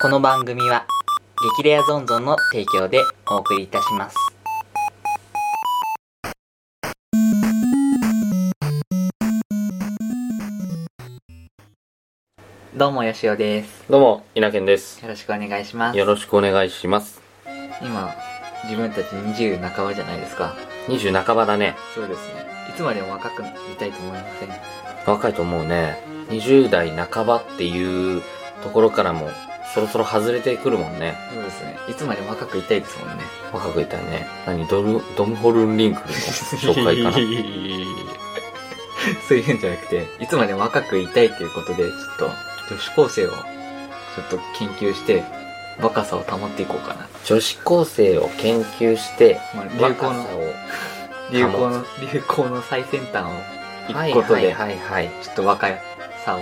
この番組は激レアゾンゾンの提供でお送りいたしますどうもよしおですどうも、稲健です。よろしくお願いしますよろしくお願いします。今自分たち20半ばじゃないですか20半ばだね。そうですねいつまでも若くいたいと思いません若いと思うね。20代半ばっていうところからも、そろそろ外れてくるもんね。そうですねいつまでも若くいたいですもんね若くいたらね。何、ドル、ドムホルンリンクの紹介かな。 そういうんじゃなくて、いつまでも若くいたいっていうことで、ちょっと、女子高生を、ちょっと研究して、若さを保っていこうかな。女子高生を研究して、まあ、流若行さの、を。流行の、流行の最先端をは行いくことで、はいはいはい。ちょっと若さ を。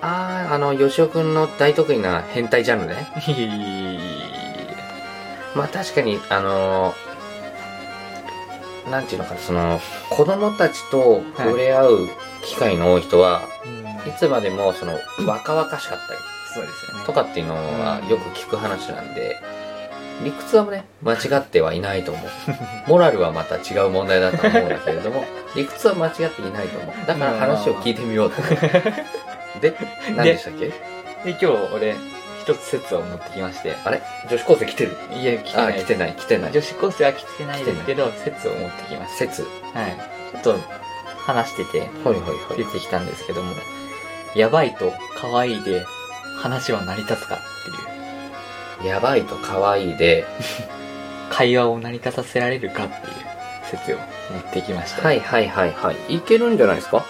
あー、あの、吉尾くんの大得意な変態ジャンルね。まあ確かに、あのーなんていうのかな、その、子供たちと触れ合う機会の多い人は、い、つまでも、その、若々しかったりそうですよね。とかっていうのはよく聞く話なんで、理屈はね、間違ってはいないと思 う。モラルはまた違う問題だと思うんだけれども、理屈は間違っていないと思う。だから話を聞いてみようと思う。で、何でしたっけで、今日俺、一つ説を持ってきまして、あれ女子高生来てるいや、来てあなー、い来てない、来てない女。子高生は来てないですけど、説を持ってきました。説。はい。ちょっと、話してて、はいはいはい出。てきたんですけども、やばいと可愛いで話は成り立つかっていう、やばいと可愛いで、会話を成り立たせられるかっていう説を持ってきました。はいはいはいはい。いけるんじゃないですか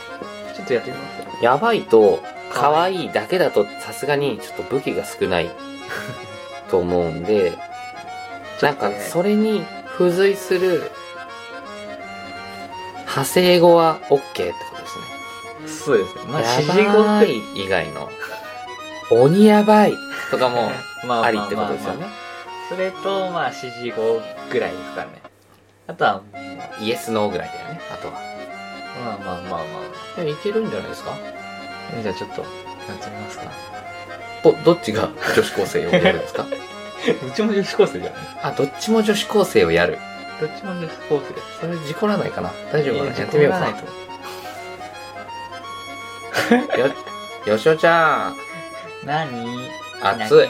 ちょっとやってみますよ。やばいと、可愛いだけだとさすがにちょっと武器が少 ないと思うんで、なんかそれに付随する派生語は OK ってことですね。そうですね。まあ、指や示語ばって、い以外の、鬼やばいとか もまありってことですよまねあ。それと、まあ、指示語ぐらいですからね。あとは、まイエスノーぐらいだよね、あとは。あまあまあまあまでもいけるんじゃないですかあ。じゃあちょっと、やってみますか。ど、どっちが女子高生をやるんですかうちも女子高生じゃないですか。あ、どっちも女子高生をやる。どっちも女子高生です。それ事故らないかな大丈夫かいなややってみよう事故らかないとよよしおちゃん何熱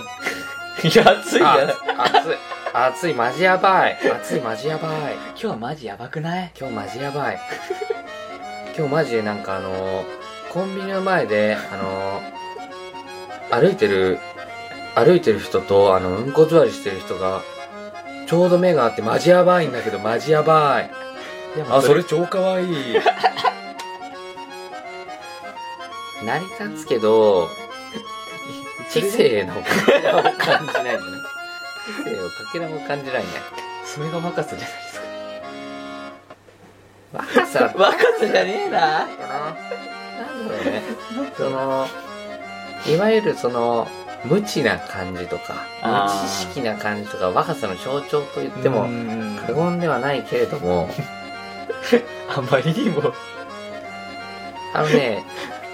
い いや、暑いあや。熱い熱いマジやばい熱いマジやばい今日はマジやばくない今日マジやばい今日マジでなんかあのーコンビニの前であのー歩いてる歩いてる人とあのうんこ座りしてる人がちょうど目があってマジやばいんだけどマジやばいでもあそれ超かわいい成り立つけど知性のかけらを感じないね。知性をかけらも感じないね。それが若さじゃないですか若さだっ若さじゃねえなたな。なんだろうね。その、いわゆるその、無知な感じとか、あー無知識な感じとか、若さの象徴と言ってでもも、過言ではないけれども、あまりにもあのね、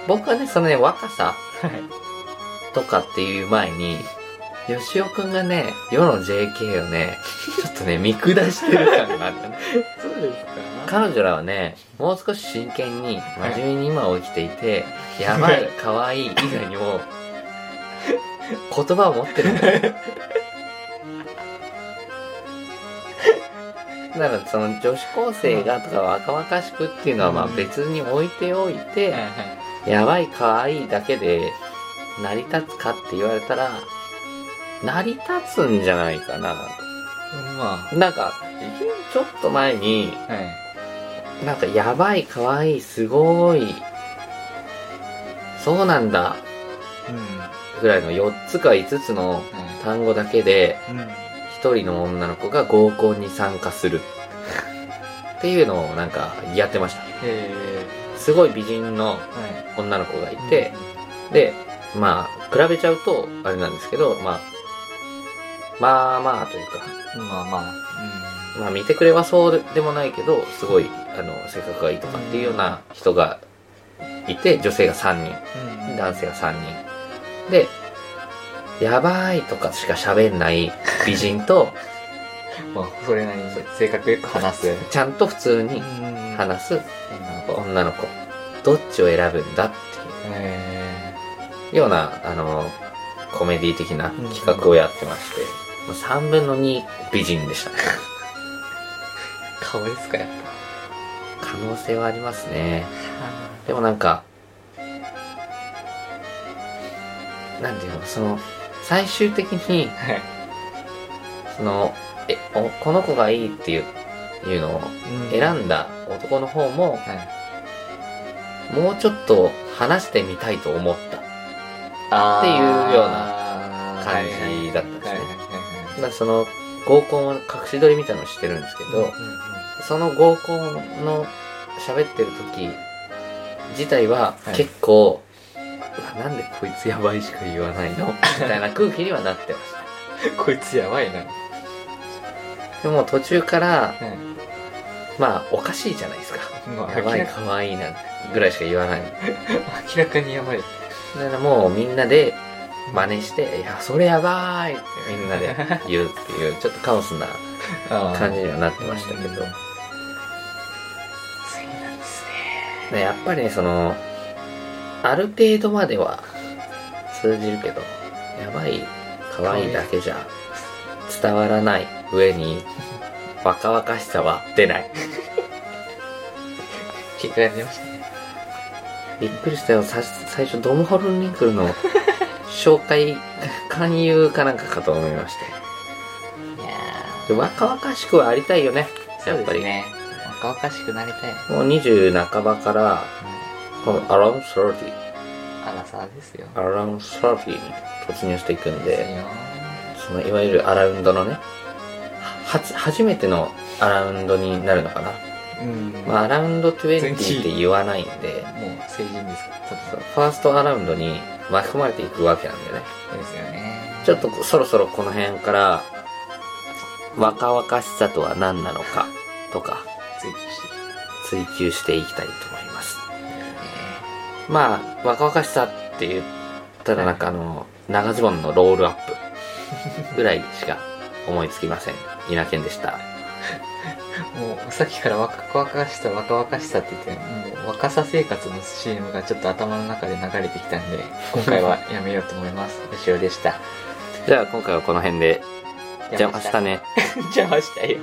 僕はね、そのね、若さはいとかっていう前に、吉尾くんがね、世の JK をね、ちょっとね、見下してる感があったね。そうですか彼女らはねもう少し真剣に真面目に今を生きていてやばい可愛い以外にも言葉を持ってるんだよだからその女子高生がとか若々しくっていうのはまあうん別に置いておいてはいはいやばい可愛いだけで成り立つかって言われたら成り立つんじゃないかなまとなんかちょっと前にあはいなんか、やばい、かわいい、すごい、そうなんだ、うんぐらいの4つか5つのは単語だけで、いうん1人の女の子が合コンに参加する。っていうのをなんか、やってました。えすごい美人ーのは女の子がいいて、で、まあ、比べちゃうと、あれなんですけど、まあ、まあまあというか、うんまあまあまあ見てくれはそうでもないけど、すごい、あの、性格がいいとかっていうような人がいて、女性が3人。うんうん男性が3人でやばいとかしか喋んない美人と、 まあ、それなりに性格よく話す。ちゃんと普通に話話す女の子。女の子。どっちを選ぶんだってえいうような、あの、コメディ的な企画をやってまして、もう3分の2美人でした。ー、顔ですか、やっ可能性はありますね。ぱ。でもなんか、なんていうの、その、最終的に、はい。その、え、おこの子がいいっていう、いうのをん選んだ男の方も、はい。もうちょっと話してみたいと思った。あっていうような感じだったんですねね。まあその、合コンを隠し撮りみたいなのをしてるんですけど、はその合コンの喋ってる時自体ははい結構、うわなんでこいつやばいしか言わない のみたいな空気にはなってました。い。こいつやばいな。はでも途中から、い。まあ、おかしいじゃないですか。まあ、やば明い、らか可愛いなんて、ぐらいしか言わない。明らかにやばい。だからもうみんなで真似して、いや、それやばいってみんなで言うっていう、ちょっとカオスな感感じにはなっててましたけそど。うなんですね。ねやっぱりね、その、ある程度までは通じるけど、やばい、可愛いだけじゃ伝わらない上に、若々しさは出ない。結果が出ましたね。びっくりしたよ。さ最初、ドムホルンリンクルの紹介、勧誘かなんかかと思いまして。いやで若々しくはありたいよね。ややっっぱぱりりね。若々しくなりたい。もう20半ばから、このアラウンド30、アラサーですよ。アラウンド30に突入していくんですで、よそのいわゆるアラウンドのね、は初、初めてのアラウンドになるのかな。うん。まあ、アラウンド20 20って言わないんで、もう成人ですから。ちょっそうファーストアラウンドに巻き込まれていくわけなんでね。とですよね。ちょっとそろそろこの辺から、若々しさとは何なのかとか、追求していき追求していきたいと思います。たいね。まあ、若々しさって言ったらなんかあの、長ズボンのロールアップぐらいしか思いつきません。稲犬でした。もうさっきから若々しさ若々しさって言ってもう若さ生活の CM がちょっと頭の中で流れてきたんで今回はやめようと思います後ろでしたじゃあ今回はこの辺で、じゃあ明日ね。 邪魔したよ